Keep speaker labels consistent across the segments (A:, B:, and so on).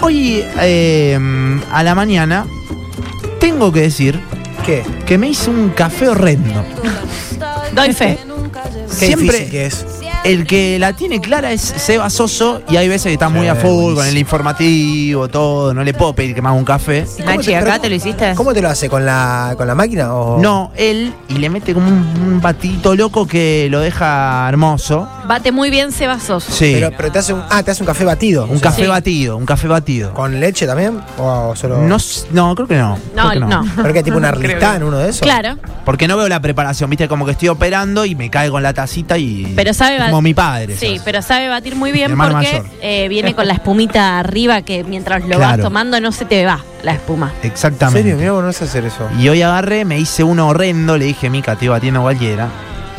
A: Hoy eh, a la mañana tengo que decir
B: ¿Qué?
A: que me hice un café horrendo.
C: Doy fe.
B: Qué
A: Siempre
B: difícil que es.
A: el que la tiene clara es Seba Soso y hay veces que está muy a
B: Sí,
A: full
B: buenísimo.
A: con el informativo, todo, no le puedo pedir que me haga un café.
C: Nachi,
B: pero
C: ¿acá
B: cómo-
C: te lo hiciste?
B: ¿Cómo te lo hace? ¿Con la, con la máquina? O...
A: No, él y le mete como un, un batidito loco que lo deja hermoso.
C: Bate muy bien Sebasoso.
A: Sí.
B: Pero, pero te hace un. Ah, te hace un café batido.
A: un café
C: Sí.
A: batido, un café batido.
B: ¿Con leche también? ¿O solo.?
A: No, s- no, creo que no. creo
C: No,
A: que
C: no.
B: ¿Pero qué? ¿Tipo un arlistán, uno de esos?
C: Claro,
A: Porque no veo la preparación, viste, como que estoy operando y me cae con la tacita y.
C: Pero sabe
A: es
C: ba-
A: Como mi padre.
C: sí,
A: ¿sabes?
C: pero sabe batir muy
A: Mi
C: bien
A: hermano
C: porque
A: mayor.
C: eh, viene con la espumita arriba que mientras lo vas
A: Claro.
C: tomando no se te va la espuma.
B: ¿En
A: Exactamente.
B: serio? Mira, vos no sé hacer eso.
A: Y hoy agarré, me hice uno horrendo, le dije, Mica, estoy batiendo cualquiera.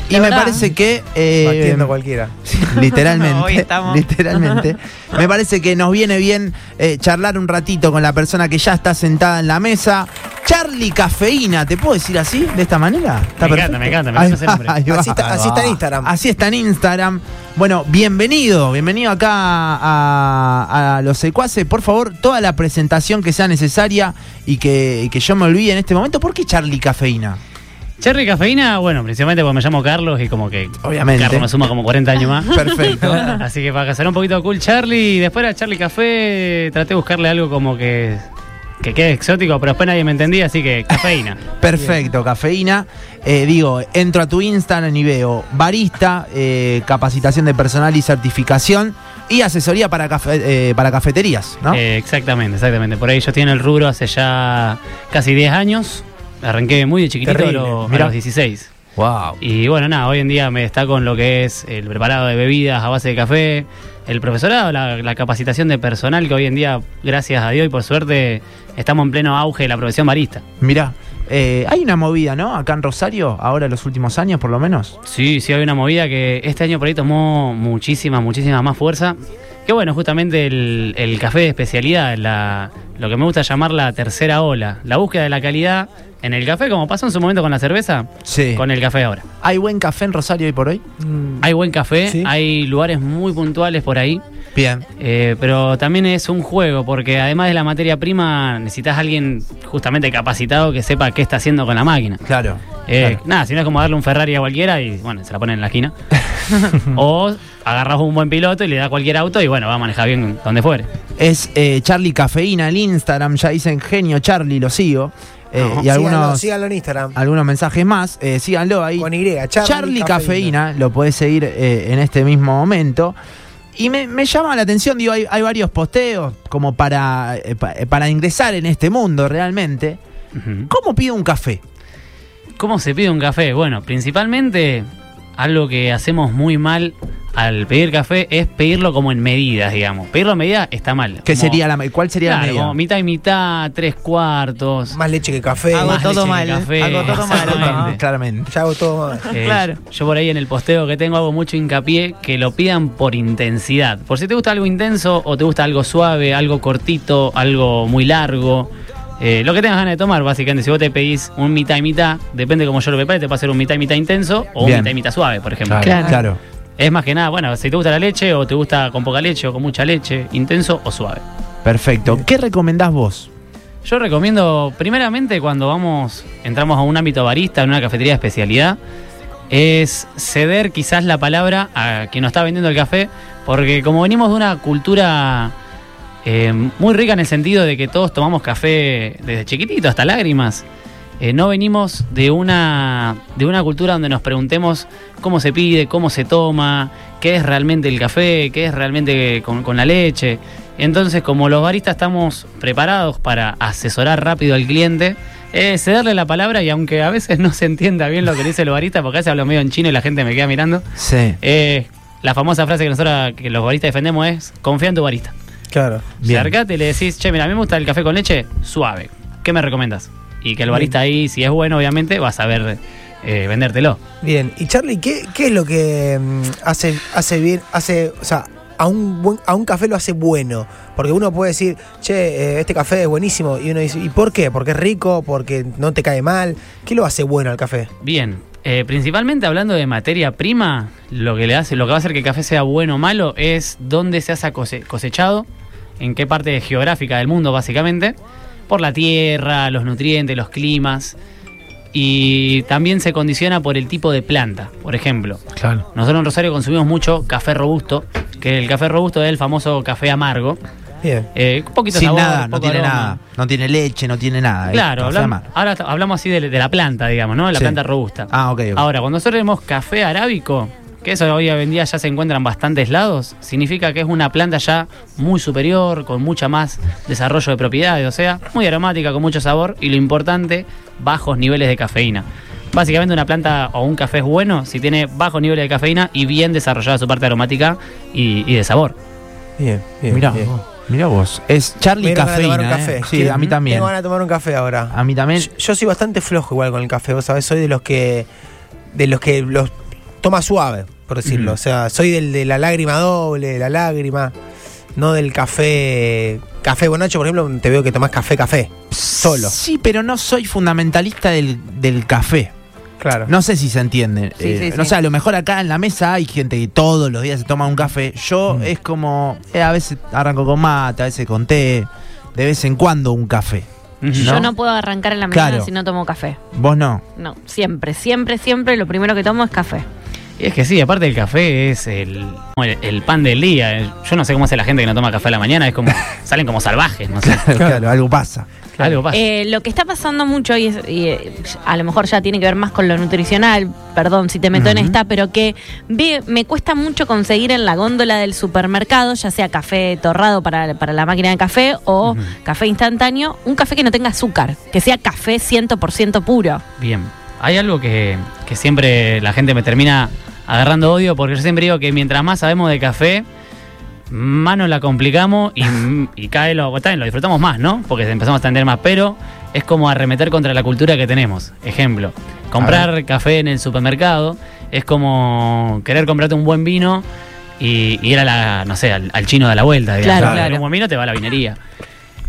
A: Y
C: ¿De
A: me
C: verdad?
A: parece que. eh,
B: Batiendo cualquiera.
A: literalmente.
D: Hoy estamos.
A: Literalmente. Me parece que nos viene bien eh, charlar un ratito con la persona que ya está sentada en la mesa. Charlie Cafeína, ¿te puedo decir así? ¿De esta manera?
D: Me encanta, me encanta, me encanta ese nombre.
B: Así está, así está en Instagram.
A: Así está en Instagram. Bueno, bienvenido, bienvenido acá a, a los secuaces. Por favor, toda la presentación que sea necesaria y que, y que yo me olvide en este momento. ¿Por qué Charlie Cafeína?
D: Cherry Cafeína, bueno, principalmente porque me llamo Carlos y como que.
A: Obviamente.
D: Carlos me suma como 40 años más.
A: Perfecto.
D: Así que para que sea un poquito cool Charlie, y después era Charlie Café, traté de buscarle algo como que. que quede exótico, pero después nadie me entendía, así que cafeína.
A: Perfecto, cafeína. Eh, digo, entro a tu Instagram y veo barista, eh, capacitación de personal y certificación y asesoría para, cafe- eh, para cafeterías, ¿no?
D: Eh, exactamente, exactamente. Por ahí yo estoy en el rubro hace ya casi 10 años. Arranqué muy de chiquitito a,
B: Terrible,
D: lo- a
A: mirá.
D: los 16.
A: wow.
D: Y bueno, nada, hoy en día me destaco en lo que es el preparado de bebidas a base de café, el profesorado, la, la capacitación de personal, que hoy en día, gracias a Dios y por suerte, estamos en pleno auge de la profesión barista.
A: Mirá, eh, hay una movida, ¿no? Acá en Rosario, ahora en los últimos años por lo menos.
D: Sí, sí, hay una movida que este año por ahí tomó muchísima, muchísima más fuerza. Que bueno, justamente el, el café de especialidad, la, lo que me gusta llamar la tercera ola, la búsqueda de la calidad en el café, como pasó en su momento con la cerveza,
A: Sí.
D: con el café ahora.
A: ¿Hay buen café en Rosario hoy por hoy?
B: Mm,
D: Hay buen café,
B: Sí.
D: hay lugares muy puntuales por ahí.
A: Bien.
D: Eh, pero también es un juego, porque además de la materia prima, necesitas alguien justamente capacitado que sepa qué está haciendo con la máquina.
A: Claro.
D: Eh, Nada, si no es como darle un Ferrari a cualquiera y bueno, se la ponen en la esquina. o agarras un buen piloto y le da cualquier auto y bueno, va a manejar bien donde fuere.
A: Es eh, Charlie Cafeína el Instagram, ya dicen genio Charlie, lo sigo. Eh,
D: Ajá.
A: y algunos,
B: síganlo, síganlo en Instagram.
A: algunos mensajes más, eh, síganlo ahí.
B: Con Y, Charlie,
A: Charlie Cafeína, lo podés seguir eh, en este mismo momento. Y me, me llama la atención, digo, hay, hay varios posteos como para, eh, pa- eh, para ingresar en este mundo realmente.
D: Ujú.
A: ¿Cómo pido un café?
D: ¿Cómo se pide un café? Bueno, principalmente algo que hacemos muy mal al pedir café es pedirlo como en medidas, digamos. Pedirlo en medidas está mal.
A: ¿Qué
D: Como-
A: sería la, ¿Cuál sería
D: Claro,
A: la
D: como
A: medida?
D: mitad y mitad, tres cuartos.
B: Más leche que café.
A: Ah,
D: Hago
B: más
D: todo
B: leche que
D: mal. café,
E: hago todo mal.
D: exactamente.
E: ¿no?
A: Claramente.
B: Ya hago todo mal.
D: Eh,
E: Claro.
D: Yo por ahí en el posteo que tengo hago mucho hincapié que lo pidan por intensidad. Por si te gusta algo intenso o te gusta algo suave, algo cortito, algo muy largo. Eh, lo que tengas ganas de tomar, básicamente. Si vos te pedís un mitad y mitad, depende como yo lo prepare, te puede ser un mitad y mitad intenso o
A: Bien.
D: un mitad y mitad suave, por ejemplo.
A: Claro.
C: Claro.
A: claro.
D: Es más que nada, bueno, si te gusta la leche o te gusta con poca leche o con mucha leche, intenso o suave.
A: Perfecto. ¿Qué recomendás vos?
D: Yo recomiendo, primeramente, cuando vamos, entramos a un ámbito barista, en una cafetería de especialidad, es ceder quizás la palabra a quien nos está vendiendo el café, porque como venimos de una cultura eh, muy rica en el sentido de que todos tomamos café desde chiquitito hasta lágrimas, eh, no venimos de una, de una cultura donde nos preguntemos cómo se pide, cómo se toma, qué es realmente el café, qué es realmente con, con la leche. Entonces, como los baristas estamos preparados para asesorar rápido al cliente, eh, cederle la palabra y aunque a veces no se entienda bien lo que dice el barista, porque a veces hablo medio en chino y la gente me queda mirando,
A: Sí.
D: eh, la famosa frase que nosotros, que los baristas defendemos es, confía en tu barista.
B: Claro.
D: Te acercate y le decís, che, mira, a mí me gusta el café con leche suave. ¿Qué me recomendas? Y que el barista ahí, si es bueno, obviamente, va a saber eh, vendértelo.
B: Bien. Y Charlie, ¿qué, qué es lo que mm, hace, hace bien? Hace. O sea. A un, buen, a un café lo hace bueno, porque uno puede decir, che, eh, este café es buenísimo, y uno dice, ¿y por qué? ¿Porque es rico? ¿Porque no te cae mal? ¿Qué lo hace bueno al café?
D: Bien, eh, principalmente hablando de materia prima, lo que le hace, lo que va a hacer que el café sea bueno o malo es dónde se ha saco- cosechado, en qué parte geográfica del mundo, básicamente, por la tierra, los nutrientes, los climas. Y también se condiciona por el tipo de planta. Por ejemplo,
B: Claro.
D: nosotros en Rosario consumimos mucho café robusto, que el café robusto es el famoso café amargo.
B: Bien.
D: Eh, un poquito
A: Sin
D: sabor,
A: nada, no
D: poco
A: tiene
D: aroma.
A: nada. No tiene leche, no tiene nada. ¿eh?
D: Claro,
A: No se
D: hablam-
A: llama.
D: ahora t- hablamos así de, de la planta, digamos, ¿no? La
A: Sí.
D: planta robusta.
A: Ah, ok. ok.
D: Ahora, cuando nosotros tenemos café arábico, que eso hoy en día ya se encuentra en bastantes lados, significa que es una planta ya muy superior, con mucha más desarrollo de propiedades, o sea, muy aromática, con mucho sabor y lo importante, bajos niveles de cafeína. Básicamente una planta o un café es bueno si tiene bajos niveles de cafeína y bien desarrollada su parte aromática y, y de sabor.
B: Bien, bien.
A: Mirá,
B: bien.
A: vos, mirá vos. Es Charlie
B: Me dieron ganas de tomar
A: Cafeína.
B: un
A: ¿eh?
B: café.
A: Sí, a mí también.
B: Tengo ganas de tomar un café ahora.
A: A mí también.
B: Yo, yo soy bastante flojo igual con el café, vos sabés, soy de los que de los que los toma suave, por decirlo,
A: Ujú.
B: o sea, soy del de la lágrima doble, de la lágrima, no del café café Bonacho, por ejemplo, te veo que tomás café café, solo.
A: Sí, pero no soy fundamentalista del, del café.
B: Claro.
A: No sé si se entiende.
C: Sí,
A: Eh,
C: sí, sí.
A: No sé, a lo mejor acá en la mesa hay gente que todos los días se toma un café. Yo
B: Mm.
A: es como, eh, a veces arranco con mate, a veces con té, de vez en cuando un café.
C: Yo
A: ¿No?
C: no puedo arrancar en la mañana
A: Claro.
C: si no tomo café.
A: Vos no.
C: No, siempre, siempre, siempre lo primero que tomo es café.
D: Y es que sí, aparte el café es el, el, el pan del día. El- Yo no sé cómo hace la gente que no toma café a la mañana, es como salen como salvajes, no sé.
A: Claro, algo pasa.
D: Algo pasa.
C: Eh, lo que está pasando mucho, y, es- y, eh, a lo mejor ya tiene que ver más con lo nutricional, perdón si te meto en
A: Ujú.
C: esta, pero que ve- me cuesta mucho conseguir en la góndola del supermercado, ya sea café torrado para, para la máquina de café o
D: Ujú.
C: café instantáneo, un café que no tenga azúcar, que sea café 100% puro.
D: Bien. Hay algo que, que siempre la gente me termina agarrando odio porque yo siempre digo que mientras más sabemos de café, más nos la complicamos y, y cae lo, está bien, lo disfrutamos más, ¿no? Porque empezamos a entender más, pero es como arremeter contra la cultura que tenemos. Ejemplo, comprar café en el supermercado es como querer comprarte un buen vino y, y ir a la, no sé, al, al chino de la vuelta. digamos.
C: Claro,
D: O sea,
C: claro.
D: Un buen vino te va a la vinería.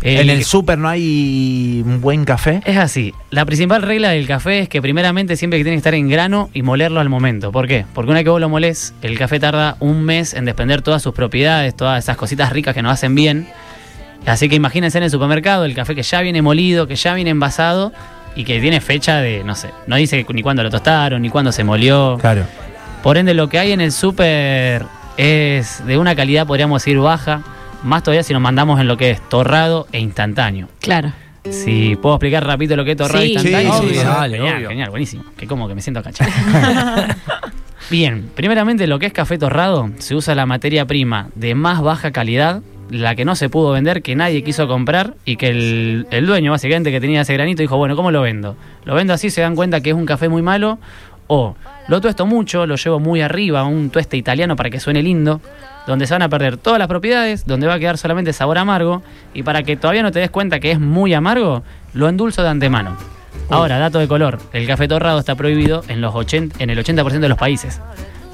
A: en
D: Eh, El-
A: el súper no hay un buen café.
D: es así. La principal regla del café es que primeramente siempre que tiene que estar en grano y molerlo al momento. ¿Por qué? Porque una vez que vos lo molés, el café tarda un mes en desprender todas sus propiedades, todas esas cositas ricas que nos hacen bien. Así que imagínense en el supermercado el café que ya viene molido, que ya viene envasado y que tiene fecha de, no sé, no dice ni cuándo lo tostaron, ni cuándo se molió.
A: Claro.
D: Por ende, lo que hay en el súper es de una calidad, podríamos decir, baja. Más todavía si nos mandamos en lo que es torrado e instantáneo.
C: Claro.
D: Si puedo explicar rapidito lo que es torrado
C: Sí.
D: instantáneo.
B: Sí, sí,
D: Obvio.
E: dale,
D: genial,
E: obvio.
D: genial, buenísimo. Que como que me siento cachado. Bien, primeramente lo que es café torrado, se usa la materia prima de más baja calidad, la que no se pudo vender, que nadie quiso comprar y que el, el dueño básicamente que tenía ese granito dijo, bueno, ¿cómo lo vendo? Lo vendo así, se dan cuenta que es un café muy malo o lo tuesto mucho, lo llevo muy arriba, un tueste italiano para que suene lindo, donde se van a perder todas las propiedades, donde va a quedar solamente sabor amargo y para que todavía no te des cuenta que es muy amargo, lo endulzo de antemano. Ahora, dato de color, el café torrado está prohibido en, los 80, en el 80% de los países.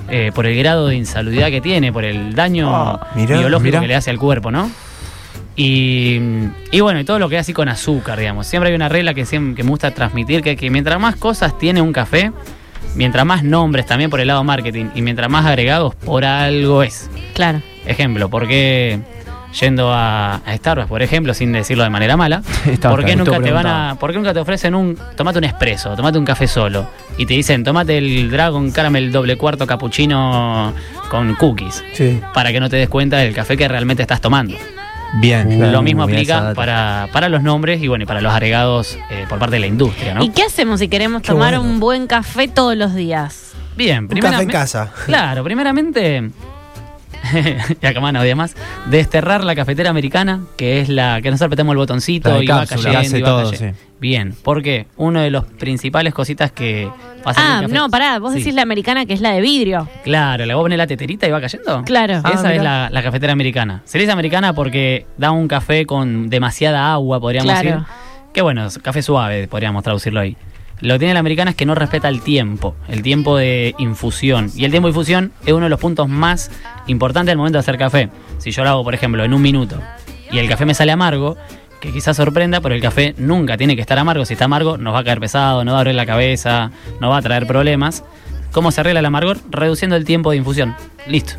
D: eh, por el grado de insalubridad que tiene, por el daño
B: Ah, mirá,
D: biológico
B: mirá.
D: que le hace al cuerpo, ¿no? Y, y bueno, y todo lo que es así con azúcar, digamos. Siempre hay una regla que, siempre, que me gusta transmitir, que, que mientras más cosas tiene un café, mientras más nombres también por el lado marketing y mientras más agregados, por algo es.
C: Claro.
D: Ejemplo, ¿por qué yendo a, a Starbucks, por ejemplo, sin decirlo de manera mala?
A: Estaba
D: ¿Por qué,
A: acá,
D: nunca
A: justo
D: te van a,
A: preguntaba.
D: ¿Por qué nunca te ofrecen un. Tomate un espresso, tomate un café solo. Y te dicen, tomate el Dragon Caramel doble cuarto cappuccino con cookies.
B: Sí. Eh,
D: Para que no te des cuenta del café que realmente estás tomando.
A: Bien. claro.
D: Lo mismo
A: Muy bien esa
D: aplica
A: data.
D: para, para los nombres y bueno, y para los agregados eh, por parte de la industria, ¿no?
C: ¿Y qué hacemos si queremos
B: Qué
C: tomar
B: bueno.
C: un buen café todos los días?
D: Bien,
B: Un café en
D: primeramen-
B: casa.
D: Claro, primeramente. y acá más, nadie más. Desterrar la cafetera americana, que es la que nosotros apretamos el
A: La
D: botoncito
A: de
D: y va
A: cápsula,
D: cayendo.
A: hace
D: y va
A: todo,
D: cayendo.
A: sí.
D: Bien, porque uno de los principales cositas que pasa en el
C: Ah,
D: café-
C: no, pará, vos
D: Sí.
C: decís la americana que es la de vidrio.
D: Claro, la vos ponés la teterita y va cayendo.
C: Claro.
B: Ah,
D: Esa
B: mirá.
D: es la, la cafetera americana. Se le dice americana porque da un café con demasiada agua, podríamos
C: Claro.
D: decir. Que bueno, es café suave, podríamos traducirlo ahí. Lo que tiene la americana es que no respeta el tiempo, el tiempo de infusión. Y el tiempo de infusión es uno de los puntos más importantes al momento de hacer café. Si yo lo hago, por ejemplo, en un minuto y el café me sale amargo, que quizás sorprenda, pero el café nunca tiene que estar amargo. Si está amargo, nos va a caer pesado, nos va a abrir la cabeza, nos va a traer problemas. ¿Cómo se arregla el amargor? Reduciendo el tiempo de infusión. Listo.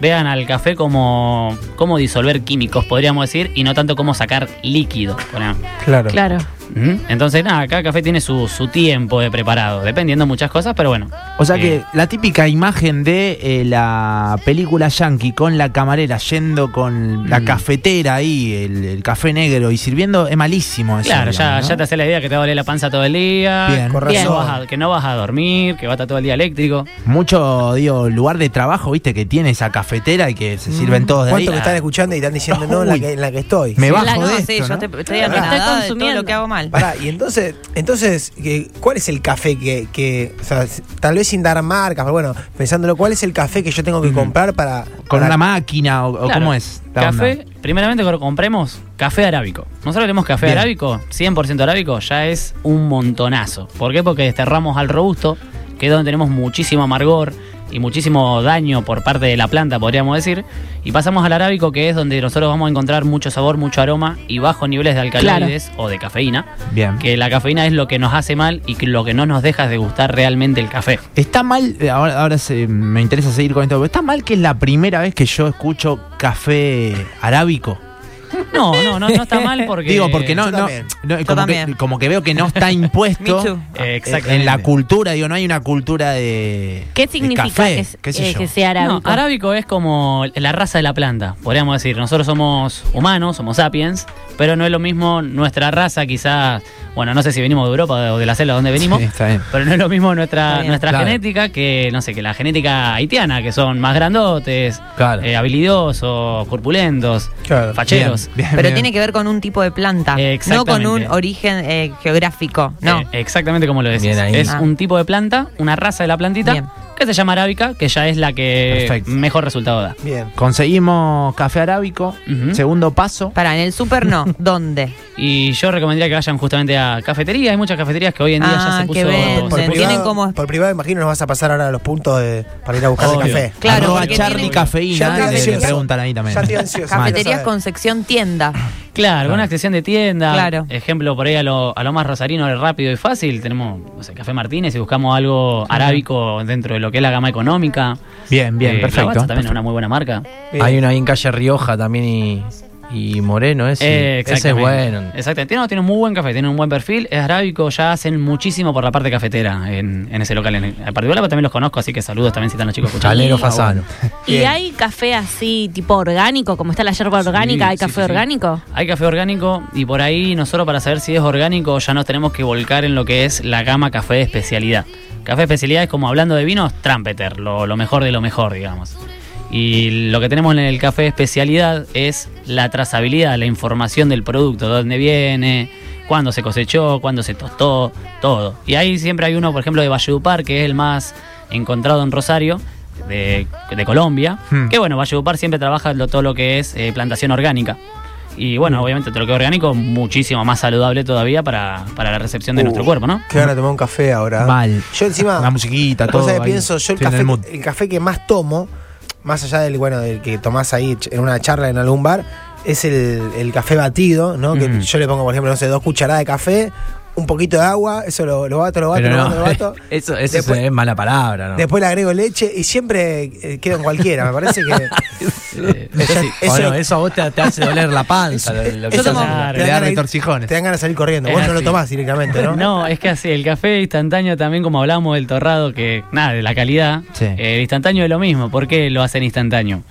D: vean al café como, como disolver químicos, podríamos decir, y no tanto como sacar líquido. por ejemplo.
B: Claro.
C: Claro.
D: Ujú. Entonces, nada, cada café tiene su, su tiempo de preparado, dependiendo de muchas cosas, pero bueno.
A: O sea
D: Eh,
A: que la típica imagen de eh, la película yankee con la camarera yendo con la
D: Mm.
A: cafetera ahí, el, el café negro y sirviendo, es malísimo eso.
D: Claro, ya,
A: digamos, ¿no?
D: ya te hace la idea que te va a doler la panza todo el día,
A: Bien.
D: que,
B: Con
C: Bien.
D: No
B: razón.
D: vas a, que no vas a dormir, que va a estar todo el día eléctrico.
A: Mucho, digo, lugar de trabajo, viste, que tiene esa cafetera y que se sirven todos de ahí.
B: Mm. ¿Cuánto que están escuchando y están diciendo no en la que, en la que estoy?
A: Me
E: Sí,
A: bajo
E: la- no,
A: de
E: sí,
A: esto,
E: yo
A: ¿no?
E: te, estoy
C: Estoy
E: anonadada de todo
C: consumiendo.
E: lo que hago mal.
B: Pará, y entonces, entonces, ¿qué- ¿cuál es el café que, que- o sea, si- tal vez sin dar marcas, pero bueno, pensándolo, ¿cuál es el café que yo tengo que comprar para,
A: Con
B: para-
A: una máquina o, o
D: Claro.
A: cómo es. la
D: Café,
A: onda?
D: primeramente cuando compremos café arábico. Nosotros tenemos café
A: Bien.
D: arábico, 100% arábico, ya es un montonazo. ¿Por qué? Porque desterramos al robusto, que es donde tenemos muchísimo amargor y muchísimo daño por parte de la planta, podríamos decir. Y pasamos al arábico, que es donde nosotros vamos a encontrar mucho sabor, mucho aroma y bajos niveles de alcaloides o de cafeína.
A: Bien.
D: Que la cafeína es lo que nos hace mal y que lo que no nos deja degustar realmente el café.
A: Está mal, eh, ahora, ahora se- me interesa seguir con esto, pero está mal que es la primera vez que yo escucho café arábico.
D: No, no, no, no está mal porque...
A: Digo, porque no,
B: Yo
A: no,
B: también.
A: no, como,
E: Yo
A: que,
E: también.
A: como que veo que no está
E: Me
A: impuesto
E: too.
A: en-
D: Eh, Exactamente.
A: en la cultura, digo, no hay una cultura de
C: ¿Qué
A: de
C: significa
A: café,
C: que, es-
A: qué sé
C: eh,
A: yo.
C: que sea arábico?
D: No, arábico es como la raza de la planta, podríamos decir. Nosotros somos humanos, somos sapiens, pero no es lo mismo nuestra raza, quizás, bueno, no sé si venimos de Europa o de la selva donde venimos,
A: Sí, está bien.
D: pero no es lo mismo
E: Está
D: nuestra,
E: bien.
D: nuestra
A: Claro.
D: genética que, no sé, que la genética haitiana, que son más grandotes,
A: Claro.
D: eh, habilidosos, corpulentos,
B: Claro.
D: facheros.
A: Bien, bien,
E: Pero
A: bien.
E: tiene que ver con un tipo de planta, no con
D: Exactamente.
E: un origen eh, geográfico. No.
D: Eh, exactamente como lo decís.
A: Bien ahí.
D: Es
E: Ah.
D: un tipo de planta, una raza de la plantita,
E: Bien.
D: que se llama arábica, que ya es la que
A: Perfecto.
D: mejor resultado da.
B: Bien.
A: Conseguimos café arábico,
D: Ujú.
A: segundo paso.
E: Para, en el súper no. ¿Dónde?
D: Y yo recomendaría que vayan justamente a cafeterías. Hay muchas cafeterías que hoy en día ya
E: Ah,
D: se
E: que
D: puso.
E: venden.
D: se puso-
E: Tienen como-
B: por privado, imagino, nos vas a pasar ahora a los puntos de- para ir a buscar el
D: Obvio.
B: café.
E: Claro,
A: Arroba
E: porque
A: Charlie
E: tiene-
B: Ya
A: Cafeína,
B: estoy
A: eh, le
B: ansioso.
A: preguntan ahí también.
B: Ya estoy ansioso.
A: Mal.
E: Cafeterías
B: sabe.
E: con sección tienda.
D: Claro, con una sección de tienda.
E: Claro.
D: Ejemplo, por ahí a lo, a lo más rosarino, rápido y fácil. Tenemos, no sé, Café Martínez y buscamos algo arábico dentro de lo que es la gama económica.
A: Bien, bien,
D: Eh, La
A: perfecto.
D: Bacha también es una muy buena marca.
B: Bien.
F: Hay una ahí en calle Rioja también y, y Moreno, ese.
D: Eh,
F: ese es
D: exactamente.
F: bueno.
D: Exactamente. Tienen, tienen muy buen café, tienen un buen perfil. Es arábico, ya hacen muchísimo por la parte cafetera en, en ese local. En, en particular, pero también los conozco, así que saludos también si están los chicos escuchando.
F: Chalero Fasano.
C: ¿Y hay café así, tipo orgánico? Como está la yerba orgánica, ¿hay
D: sí,
C: café
D: sí, sí.
C: orgánico?
D: Hay café orgánico y por ahí nosotros para saber si es orgánico ya nos tenemos que volcar en lo que es la gama café de especialidad. Café de especialidad es como hablando de vinos, trampeter, lo, lo mejor de lo mejor, digamos. Y lo que tenemos en el café de especialidad es la trazabilidad, la información del producto, dónde viene, cuándo se cosechó, cuándo se tostó, todo. Y ahí siempre hay uno, por ejemplo, de Valledupar, que es el más encontrado en Rosario, de, de Colombia.
A: Hmm.
D: Que bueno, Valledupar siempre trabaja lo- todo lo que es eh, plantación orgánica. Y bueno, obviamente todo lo que es orgánico, muchísimo más saludable todavía para, para la recepción de
B: Uh,
D: nuestro cuerpo, ¿no?
B: Qué gana tomar un café ahora.
A: Mal.
B: Yo encima.
A: La musiquita,
B: Vos
A: todo.
B: sabés,
A: ahí.
B: pienso, yo el
A: Estoy en
B: café,
A: mood.
B: el café que más tomo, más allá del bueno del que tomás ahí ch- en una charla en algún bar, es el, el café batido, ¿no? Que
D: Mm.
B: yo le pongo, por ejemplo, no sé, dos cucharadas de café, un poquito de agua, eso lo, lo bato, lo bato,
F: Pero no,
B: lo bato, lo bato.
F: eso, eso
B: Después-
F: es mala palabra, ¿no?
B: Después le agrego leche y siempre eh, quedo en cualquiera. Me parece que.
D: Eh,
F: eso, o
B: ya-
F: no,
B: eso-
F: eso a vos te, te hace doler la panza. lo- lo que
B: eso
F: estás
B: como-
F: haciendo.
A: Le da
B: ganas de ir-
A: retorcijones.
B: Te dan ganas de salir corriendo.
D: Es
B: Vos no lo
D: así.
B: tomás directamente, ¿no?
D: No, es que así, el café instantáneo también, como hablábamos del torrado, que nada, de la calidad,
A: Sí.
D: eh, el instantáneo es lo mismo. ¿Por qué lo hacen instantáneo?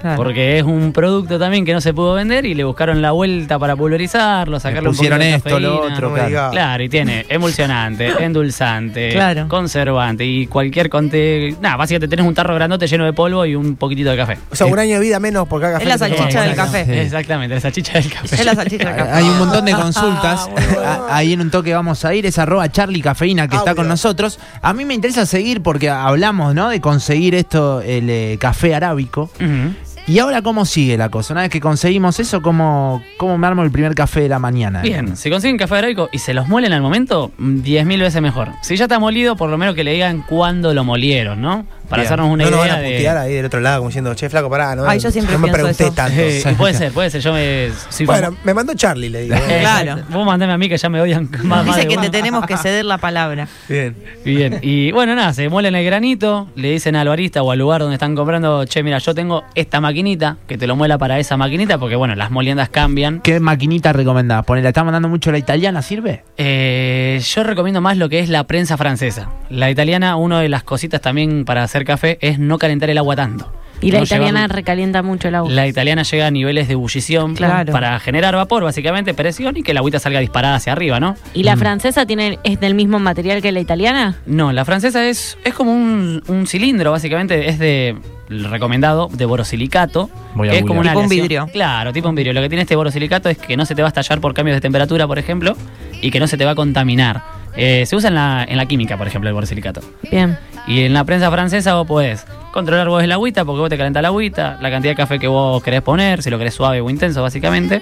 E: Claro.
D: Porque es un producto también que no se pudo vender y le buscaron la vuelta para pulverizarlo,
A: Le
D: sacarle un poquito
A: pusieron
D: de
A: esto, lo
D: cafeína.
A: otro,
B: no me
A: claro.
B: digas.
D: Claro, y tiene emulsionante, endulzante,
E: Claro.
D: conservante y cualquier conte. Nada, básicamente tenés un tarro grandote lleno de polvo y un poquitito de café.
B: O sea, un año de vida menos por cada café.
E: Es la
B: que te tomás.
E: salchicha del
D: Exacto.
E: café.
A: Sí.
D: Exactamente, la salchicha del café.
E: Es la salchicha del café.
A: Hay un montón
B: Ah,
A: de consultas. A- Ahí en un toque vamos a ir. Es arroba Charlie Cafeína que está
B: Audio.
A: con nosotros. A mí me interesa seguir porque hablamos, ¿no? De conseguir esto, el eh, café arábico.
D: Ujú.
A: ¿Y ahora cómo sigue la cosa? Una vez que conseguimos eso, ¿cómo, cómo me armo el primer café de la mañana?
D: Bien, si consiguen café arábico y se los muelen al momento, mm, 10.000 veces mejor. Si ya está molido, por lo menos que le digan cuándo lo molieron, ¿no? Para
B: Bien.
D: hacernos una
B: no nos
D: idea
B: van a putear
D: de...
B: ahí del otro lado, como diciendo, che, flaco, pará, no,
E: Ay, yo siempre
B: no me
E: pienso
B: pregunté
E: eso.
B: tanto.
D: Eh, puede ser, puede ser, yo me... soy
B: Bueno,
D: famo-
B: me mandó Charlie, le digo.
D: Eh,
E: claro.
D: Vos mandame a mí que ya me odian más, más
E: Dice
D: de
E: que
D: una.
E: te tenemos que ceder la palabra.
B: Bien.
D: Bien, y bueno, nada, se muelen el granito, le dicen al barista o al lugar donde están comprando, che, mira, yo tengo esta maquinita, que te lo muela para esa maquinita, porque bueno, las moliendas cambian.
A: ¿Qué maquinita recomendás? Ponele, ¿está mandando mucho la italiana? ¿Sirve?
D: Eh, yo recomiendo más lo que es la prensa francesa. La italiana, una de las cositas también para hacer café es no calentar el agua tanto.
C: Y la
D: No
C: italiana
D: llevarlo-
C: recalienta mucho el agua.
D: La italiana llega a niveles de ebullición
E: Claro.
D: para generar vapor, básicamente, presión y que la agüita salga disparada hacia arriba, ¿no?
C: ¿Y la francesa tiene, es del mismo material que la italiana?
D: No, la francesa es, es como un, un cilindro, básicamente, es de el recomendado de borosilicato.
F: Voy a
D: que es como
F: googlear.
D: una
E: Tipo un
D: aleación-
E: vidrio.
D: Claro, tipo un vidrio. Lo que tiene este borosilicato es que no se te va a estallar por cambios de temperatura, por ejemplo, y que no se te va a contaminar. Eh, se usa en la, en la química, por ejemplo, el borosilicato.
C: Bien.
D: Y en la prensa francesa vos podés controlar vos el agüita, porque vos te calentás la agüita, la cantidad de café que vos querés poner, si lo querés suave o intenso, básicamente.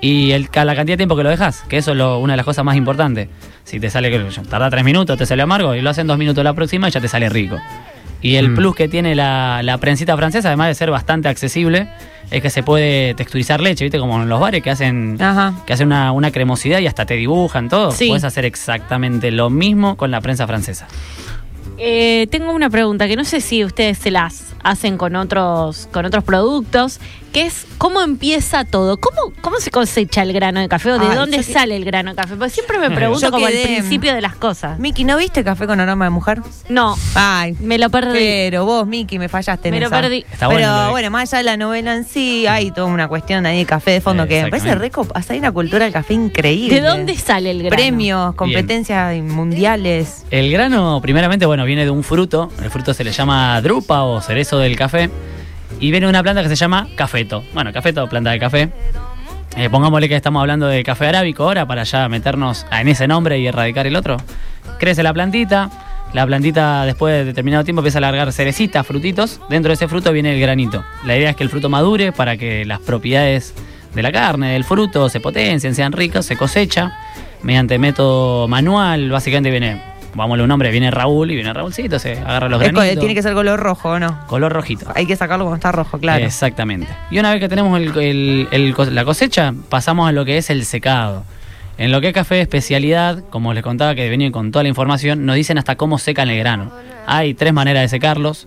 D: Y el, ca- la cantidad de tiempo que lo dejas, que eso es lo- una de las cosas más importantes. Si te sale, que tarda tres minutos, te sale amargo, y lo hacen dos minutos la próxima y ya te sale rico. Y el plus que tiene la, la prensita francesa, además de ser bastante accesible, es que se puede texturizar leche, ¿viste? Como en los bares que hacen,
E: Ajá.
D: que hacen una, una cremosidad y hasta te dibujan todo.
C: Sí.
D: Puedes hacer exactamente lo mismo con la prensa francesa.
C: Eh, tengo una pregunta que no sé si ustedes se las hacen con otros, con otros productos, que es cómo empieza todo, cómo, cómo se cosecha el grano de café o de
E: Ay,
C: dónde
E: yo que-
C: sale el grano de café, porque siempre me
D: Yo
C: pregunto como el
E: quedé-
C: principio de las cosas.
E: Miki, ¿no viste café con aroma de mujer?
C: No,
E: Ay.
C: me lo perdí.
E: Pero vos, Miki, me fallaste en
C: Me lo
E: esa.
C: perdí.
D: Está
E: Pero
D: bueno,
E: bueno,
D: lo-
E: más allá de la novela en sí, hay toda una cuestión ahí de café de fondo que me parece
D: Exactamente.
E: rico. Hasta hay una cultura del café increíble.
C: ¿De dónde sale el grano?
E: Premios, competencias mundiales.
D: El grano, primeramente, bueno, viene de un fruto. El fruto se le llama drupa o cerezo del café. Y viene de una planta que se llama cafeto. Bueno, cafeto, planta de café. Eh, pongámosle que estamos hablando de café arábico ahora para ya meternos en ese nombre y erradicar el otro. Crece la plantita. La plantita después de determinado tiempo empieza a largar cerecitas, frutitos. Dentro de ese fruto viene el granito. La idea es que el fruto madure para que las propiedades de la carne, del fruto, se potencien, sean ricos, se cosecha mediante método manual. Básicamente viene, vámonos un nombre, viene Raúl y viene Raúlcito, se agarra los
E: Es co-
D: granitos.
E: tiene que ser color rojo, ¿o no?
D: color rojito.
E: Hay que sacarlo cuando está rojo, claro.
D: Exactamente. Y una vez que tenemos el- el- el co- la cosecha, pasamos a lo que es el secado. En lo que es café de especialidad, como les contaba que venía con toda la información, nos dicen hasta cómo secan el grano. Hay tres maneras de secarlos.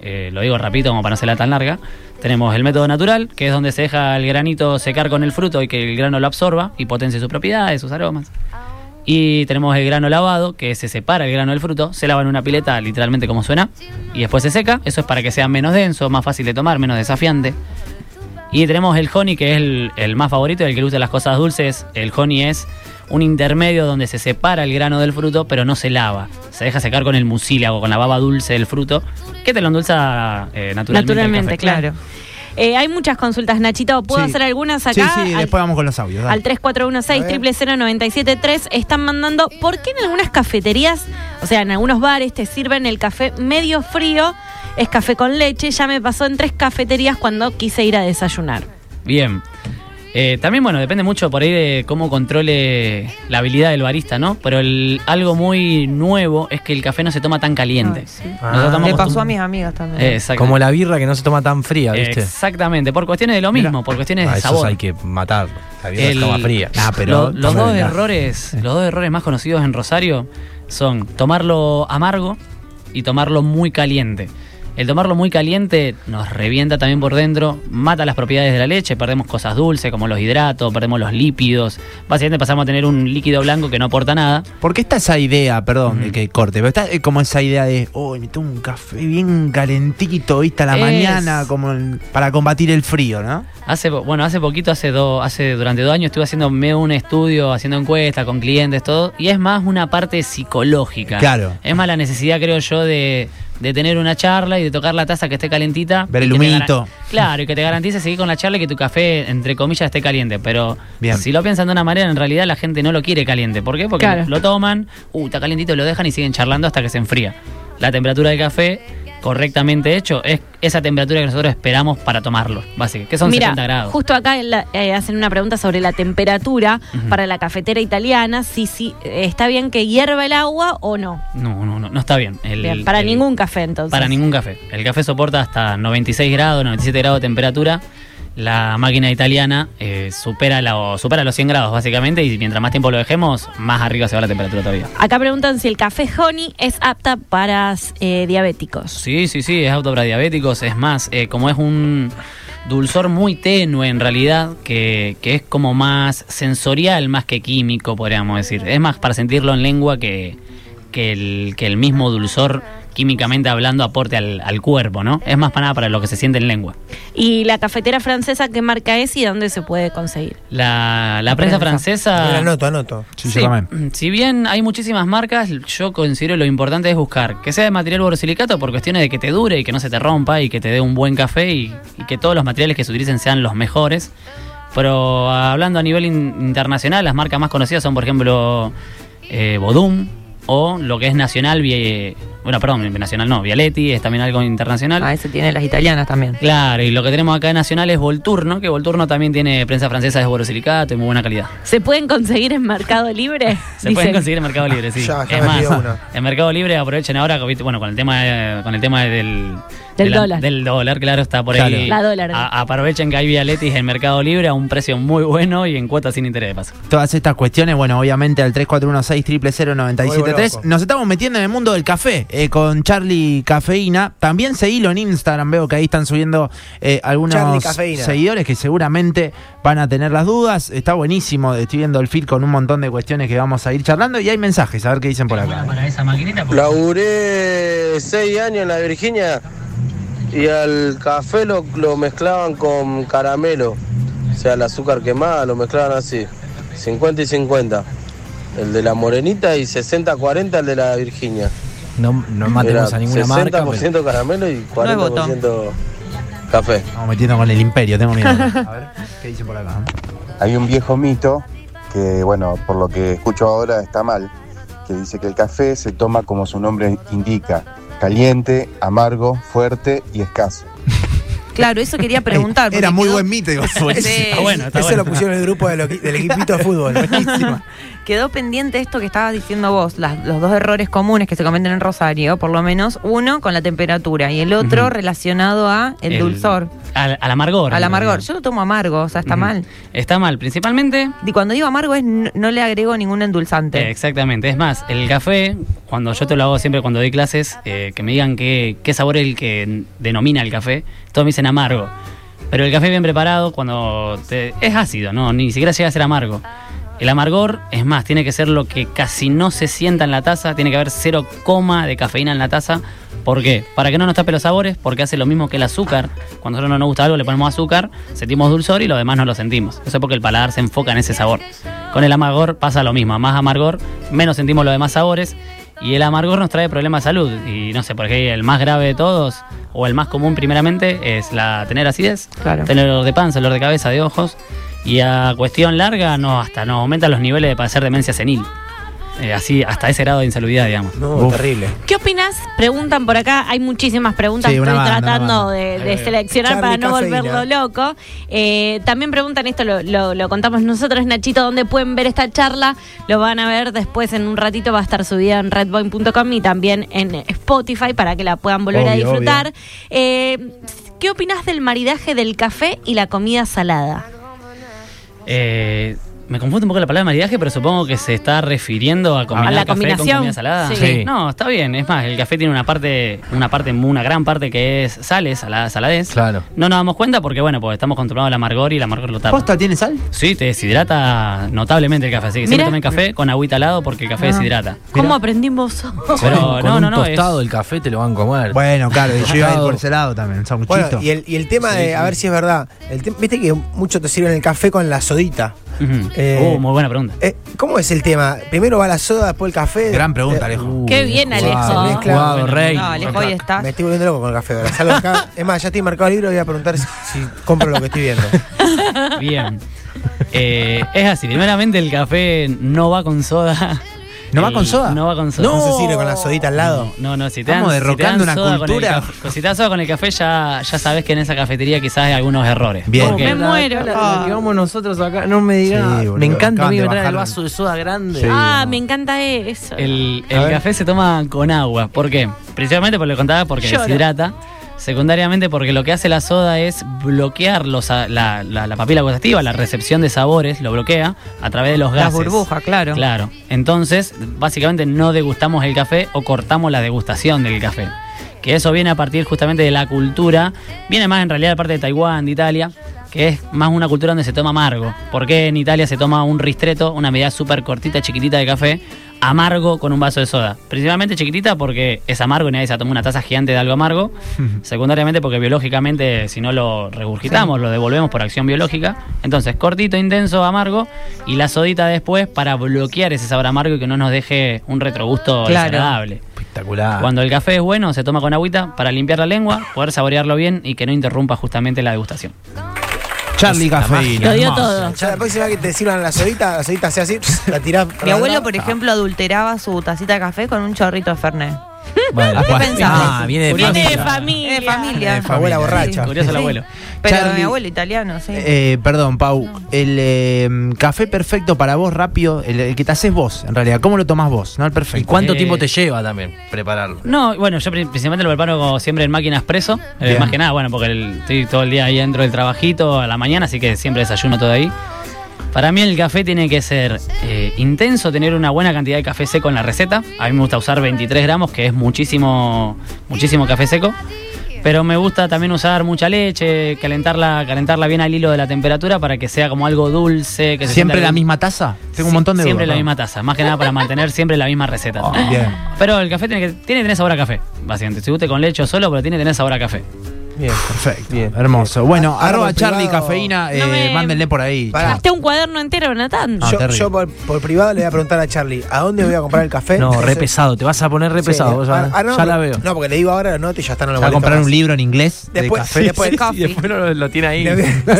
D: Eh, lo digo rapidito como para no hacerla tan larga. Tenemos el método natural, que es donde se deja el granito secar con el fruto y que el grano lo absorba y potencie sus propiedades, sus aromas. Y tenemos el grano lavado, que se separa el grano del fruto, se lava en una pileta, literalmente como suena, y después se seca. Eso es para que sea menos denso, más fácil de tomar, menos desafiante. Y tenemos el honey, que es el, el más favorito, el que le gusta las cosas dulces. El honey es un intermedio donde se separa el grano del fruto, pero no se lava. Se deja secar con el musílago, con la baba dulce del fruto, que te lo endulza eh, naturalmente. el
C: Naturalmente,
D: café.
C: claro. Eh, hay muchas consultas, Nachito. ¿Puedo
A: Sí.
C: hacer algunas
A: Sí,
C: acá?
A: sí,
C: Al-
A: después vamos con los audios. dale.
C: al 3416-000973 están mandando por qué en algunas cafeterías, o sea, en algunos bares te sirven el café medio frío, es café con leche, ya me pasó en tres cafeterías cuando quise ir a desayunar.
D: Bien. Eh, también, bueno, depende mucho por ahí de cómo controle la habilidad del barista, ¿no? Pero el- algo muy nuevo es que el café no se toma tan caliente.
E: Ay, sí. Ah,
D: Nosotros estamos
E: Le pasó a
D: acostum-
E: mis amigas también.
D: Eh, exactamente.
F: Como la birra que no se toma tan fría, ¿viste?
D: Exactamente, por cuestiones de lo mismo, por cuestiones
F: Ah,
D: de
F: esos
D: sabor.
F: hay que matarlo. La birra
D: El-
F: estaba fría.
A: Ah, pero
D: Lo- los,
A: toma
D: dos
A: de la-
D: errores, los dos errores más conocidos en Rosario son tomarlo amargo y tomarlo muy caliente. El tomarlo muy caliente nos revienta también por dentro, mata las propiedades de la leche, perdemos cosas dulces como los hidratos, perdemos los lípidos. Básicamente pasamos a tener un líquido blanco que no aporta nada.
A: Porque está esa idea, perdón, de
D: Ujú.
A: que corte, pero está eh, como esa idea de, uy, me tomo un café bien calentito, viste, a la
D: Es-
A: mañana, como el- para combatir el frío, ¿no?
D: Hace, po- bueno, hace poquito, hace dos, hace durante dos años estuve haciendo medio un estudio, haciendo encuestas con clientes, todo, y es más una parte psicológica.
A: Claro.
D: Es más la necesidad, creo yo, de, de tener una charla y de tocar la taza que esté calentita.
A: Ver
D: y
A: el
D: que te garan-
A: humito.
D: Claro, y que te garantice seguir con la charla y que tu café, entre comillas, esté caliente. Pero
A: Bien.
D: si lo piensan de una manera, en realidad la gente no lo quiere caliente. ¿Por qué? Porque
C: Claro.
D: lo toman, uh, está calentito, lo dejan y siguen charlando hasta que se enfría. La temperatura del café correctamente hecho, es esa temperatura que nosotros esperamos para tomarlo, básicamente, que son
C: Mira,
D: 70 grados.
C: justo acá en la- eh, hacen una pregunta sobre la temperatura
D: Ujú.
C: para la cafetera italiana, si, si eh, está bien que hierva el agua o no.
D: No, no, no, no está bien. El-
C: Bien, para
D: el-
C: ningún café entonces.
D: Para ningún café. El café soporta hasta 96 grados, 97 grados de temperatura. La máquina italiana eh, supera, la- supera los 100 grados básicamente y mientras más tiempo lo dejemos, más arriba se va la temperatura todavía.
C: Acá preguntan si el café honey es apta para eh, diabéticos.
D: Sí, sí, sí, es auto para diabéticos. Es más, eh, como es un dulzor muy tenue en realidad, que, que es como más sensorial más que químico, podríamos decir. Es más para sentirlo en lengua que, que, el, que el mismo dulzor químicamente hablando aporte al, al cuerpo, ¿no? Es más para nada para lo que se siente en lengua.
C: ¿Y la cafetera francesa qué marca es y dónde se puede conseguir?
D: La, la prensa
B: Mira,
D: francesa...
B: anoto, anoto.
A: Sí,
D: Sí, Mm,
A: yo también.
D: si bien hay muchísimas marcas, yo considero lo importante es buscar que sea de material borosilicato por cuestiones de que te dure y que no se te rompa y que te dé un buen café y, y que todos los materiales que se utilicen sean los mejores. Pero ah, hablando a nivel in- internacional, las marcas más conocidas son, por ejemplo, eh, Bodum o lo que es nacional, Vie- bueno, perdón, nacional no, Vialetti, es también algo internacional.
E: Ah, eso tiene las italianas también.
D: Claro, y lo que tenemos acá nacional es Volturno, que Volturno también tiene prensa francesa de borosilicato y muy buena calidad.
C: ¿Se pueden conseguir en Mercado Libre?
D: Se
C: Dicen.
D: pueden conseguir en Mercado Libre, sí.
E: Ah,
B: Ya, ya
D: es
B: me
D: más,
B: pidió uno.
D: en Mercado Libre aprovechen ahora, que, viste, bueno, con el tema, eh, con el tema del,
C: Del
D: de la-
C: dólar.
D: del dólar, claro, está por ahí.
C: Claro. La dólar.
D: A- aprovechen que hay Vialetis en Mercado Libre a un precio muy bueno y en cuotas sin interés de paso.
A: Todas estas cuestiones, bueno, obviamente al 3416
B: Vuelvo loco.
A: Nos estamos metiendo en el mundo del café eh, con Charlie Cafeína. También seguilo en Instagram, veo que ahí están subiendo eh,
B: Charlie
A: algunos
B: Cafeína.
A: seguidores que seguramente van a tener las dudas. Está buenísimo, estoy viendo el feed con un montón de cuestiones que vamos a ir charlando y hay mensajes, a ver qué dicen por acá.
D: esa maquinita,
G: Laburé seis años en la Virginia y al café lo, lo mezclaban con caramelo. O sea, el azúcar quemada lo mezclaban así. 50 y 50. El de la morenita y 60-40 el de la Virginia.
F: No, no matemos
G: Era
F: a ninguna marca.
G: 60%
F: pero-
G: caramelo y
E: hay botón.
G: 40% café.
A: Estamos metiendo con el imperio, tengo miedo. A ver qué dicen por acá.
H: Hay un viejo mito que, bueno, por lo que escucho ahora está mal, que dice que el café se toma como su nombre indica, caliente, amargo, fuerte y escaso.
E: Claro, eso quería preguntar. porque
A: Era muy
E: quedó-
A: buen mito, digo, fue.
E: Sí.
D: Está bueno, está
B: Eso
D: bueno.
B: lo pusieron en el grupo de lo- del equipito de fútbol.
E: Quedó pendiente esto que estabas diciendo vos, las- los dos errores comunes que se cometen en Rosario, por lo menos uno con la temperatura y el otro
D: Ujú.
E: relacionado a el, dulzor,
D: Al, al amargor.
E: al
D: en
E: amargor.
D: realidad.
E: Yo lo tomo amargo, o sea, está
D: Ujú.
E: mal.
D: Está mal, principalmente
E: Y cuando digo amargo es no, no le agrego ningún endulzante.
D: Eh, exactamente. Es más, el café, cuando yo te lo hago siempre cuando doy clases, eh, que me digan qué, qué sabor es el que denomina el café, todos me dicen amargo. Pero el café bien preparado, cuando te- es ácido, ¿no? Ni siquiera llega a ser amargo. El amargor, es más, tiene que ser lo que casi no se sienta en la taza, tiene que haber cero coma de cafeína en la taza. ¿Por qué? Para que no nos tape los sabores, porque hace lo mismo que el azúcar. Cuando a nosotros no nos gusta algo, le ponemos azúcar, sentimos dulzor y lo demás no lo sentimos. Eso es porque el paladar se enfoca en ese sabor. Con el amargor pasa lo mismo, a más amargor, menos sentimos los demás sabores y el amargor nos trae problemas de salud. Y no sé, por qué el más grave de todos, o el más común primeramente, es la tener acidez,
E: Claro.
D: tener dolor de panza, dolor de cabeza, de ojos, y a cuestión larga no hasta nos aumentan los niveles de padecer demencia senil. Eh, así, hasta ese grado de insalubridad, digamos.
B: No,
A: Uf.
B: terrible.
C: ¿Qué opinas? Preguntan por acá, hay muchísimas preguntas,
A: Sí, una
C: estoy
A: banda, una
C: tratando
A: banda.
C: de, de
D: Eh,
C: seleccionar
B: Charlie
C: para no
B: Cafeína.
C: volverlo loco. Eh, también preguntan esto, lo, lo- lo contamos nosotros, Nachito, dónde pueden ver esta charla, lo van a ver después en un ratito, va a estar subida en redboin.com y también en Spotify para que la puedan volver a
A: Obvio,
C: disfrutar. Eh, ¿Qué opinas del maridaje del café y la comida salada?
D: Eh, me confunde un poco la palabra maridaje, pero supongo que se está refiriendo a combinar
C: A la
D: café
C: combinación,
D: con comida salada.
C: sí.
F: Sí.
D: No, está bien. Es más, el café tiene una parte, una parte, una gran parte que es sales, salada, saladez.
F: Claro.
D: No nos damos cuenta porque, bueno, pues estamos controlados al amargor y el amargor lo tapa.
A: ¿Posta tiene sal?
D: Sí, te deshidrata notablemente el café. Así que
C: Mirá. Ah.
D: siempre tomen café con agüita al lado porque el café deshidrata.
C: ¿Cómo aprendimos?
D: Pero
F: con
D: no,
F: un
D: no, no, es-
F: tostado el café te lo van a comer.
A: Bueno, claro, yo iba a ir
F: Tostado.
A: por ese lado también,
B: Bueno,
A: sanguchito.
B: y el, y el tema de, a ver si es verdad, el tem- viste que mucho te sirven el café con la sodita.
D: Ujú.
B: Eh,
D: Uh, muy buena pregunta.
B: Eh, ¿Cómo es el tema? Primero va la soda, después el café.
A: Gran pregunta,
B: Eh,
A: Alejo.
C: Qué bien, Alejo.
F: Jugado,
B: Se mezcla.
F: jugado, rey.
E: no, Alejo, hoy estás.
B: Me estoy volviendo loco con el café, ahora salgo acá. es más, ya estoy marcado el libro y voy a preguntar si, si compro lo que estoy viendo.
D: Bien. Eh, es así, primeramente el café no va con soda.
A: ¿No va
D: el-
A: con soda?
D: No va con soda.
B: No, se sirve con la sodita al lado.
D: No, no, si te
A: Estamos
D: dan, si te
A: derrocando
D: dan
A: una
D: soda con el
A: cultura.
D: café- si te dan soda con el café, ya, ya sabes que en esa cafetería quizás hay algunos errores.
A: Bien.
D: Porque-
C: Me muero.
F: La- la- la que vamos nosotros acá, no me digas.
A: Sí, boludo,
F: me encanta a
A: acaban
F: mí
A: de
F: me traen el
A: bajar.
F: vaso de soda grande.
A: Sí.
C: Ah, me encanta eso.
D: El, el café se toma con agua. ¿Por qué? Principalmente por lo que contaba, porque
C: Lloro.
D: deshidrata. Secundariamente porque lo que hace la soda es bloquear los, a- la, la- la papila gustativa, la recepción de sabores, lo bloquea a través de los
E: Las
D: gases.
E: burbujas, claro.
D: Claro. Entonces, básicamente no degustamos el café o cortamos la degustación del café. Que eso viene a partir justamente de la cultura, viene más en realidad de parte de Taiwán, de Italia, que es más una cultura donde se toma amargo. Porque en Italia se toma un ristretto, una medida súper cortita, chiquitita de café, amargo con un vaso de soda. Principalmente chiquitita porque es amargo y nadie se toma una taza gigante de algo amargo. Secundariamente porque biológicamente, si no lo regurgitamos, lo devolvemos por acción biológica. Entonces, cortito, intenso, amargo y la sodita después para bloquear ese sabor amargo y que no nos deje un retrogusto
E: Claro.
D: desagradable.
A: Espectacular.
D: Cuando el café es bueno, se toma con agüita para limpiar la lengua, poder saborearlo bien y que no interrumpa justamente la degustación.
A: Charlie Cafeína.
C: Lo dio
A: hermoso.
C: todo.
B: Ya la próxima vez que te sirvan la sodita, la sodita sea así, la tirás. para
E: Mi
B: la
E: abuelo,
B: lado.
E: por ejemplo, adulteraba su tacita de café con un chorrito de Fernet.
A: Bueno,
E: ¿Qué
A: bueno.
E: pensás?
F: Ah, viene de
D: Viene
C: Viene de
F: familia.
C: familia.
E: Eh, familia.
A: Eh,
B: Abuela
A: familia.
B: borracha.
D: Curioso el abuelo.
E: Pero
A: Charlie-
E: mi abuelo italiano, sí.
A: Eh, perdón, Pau. El eh, café perfecto para vos, rápido, el, el que te haces vos, en realidad. ¿Cómo lo tomás vos? No el
F: ¿Y
A: perfecto.
F: cuánto
D: Eh,
F: tiempo te lleva también prepararlo?
D: No, bueno, yo pri- principalmente lo preparo como siempre en máquina expreso. eh,
A: Bien.
D: más que nada, bueno, porque el- estoy todo el día ahí dentro del trabajito a la mañana, así que siempre desayuno todo ahí. Para mí el café tiene que ser eh, intenso, tener una buena cantidad de café seco en la receta. A mí me gusta usar 23 gramos, que es muchísimo, muchísimo café seco. Pero me gusta también usar mucha leche, calentarla, calentarla bien al hilo de la temperatura para que sea como algo dulce. Que se
A: ¿Siempre
D: sienta
A: la
D: bien.
A: misma taza? Tengo un
D: Sí,
A: montón de
D: Siempre
A: dudas, ¿no?
D: la misma taza, más que nada para mantener siempre la misma receta.
A: Oh, bien.
D: Pero el café tiene que, tiene que tener sabor a café, básicamente. Si guste con leche o solo, pero tiene que tener sabor a café.
B: Bien.
A: Perfecto.
F: Bien.
A: Hermoso. Bueno,
B: Ah,
A: arroba
B: arroba
A: Charlie
B: privado.
A: Cafeína, eh,
C: No me-
A: mándenle por ahí.
B: Pará.
A: chao.
C: Gasté un cuaderno entero, Natán.
A: Ah,
B: yo
A: terrible.
B: yo por, por privado le voy a preguntar a Charlie, ¿a dónde voy a comprar el café?
F: No, re
B: Entonces-
F: pesado, te vas a poner re
B: Sí.
F: pesado. vos ya,
B: Ah, ah, no,
F: ya la
B: porque-
F: veo.
B: No, porque le digo ahora la nota y ya está, no lo
A: Se va a
B: molesto
A: comprar
B: más.
A: un libro en inglés
B: Después-
A: de café.
B: después el
E: coffee.
F: después lo, lo tiene ahí.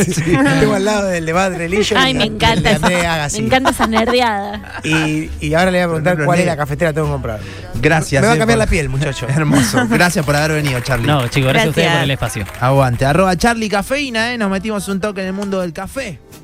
B: Sí, Tengo al lado del de Bad Religion.
C: Ay,
B: y-
C: me
B: y
C: encanta
B: de
C: esa,
B: Andrea
C: me
B: Agassi.
C: encanta esa nerdeada.
B: Y, y ahora le voy a preguntar
A: Pero
B: cuál es
A: no-
B: la cafetera que tengo que comprar.
A: Gracias.
B: Me va a
A: eh,
B: cambiar
A: por-
B: la piel, muchacho.
A: Hermoso. Gracias por haber venido, Charlie.
D: No, chicos, gracias a ustedes
E: Gracias.
D: por el espacio.
A: Aguante. Arroba Charlie Cafeína, eh. Nos metimos un toque en el mundo del café.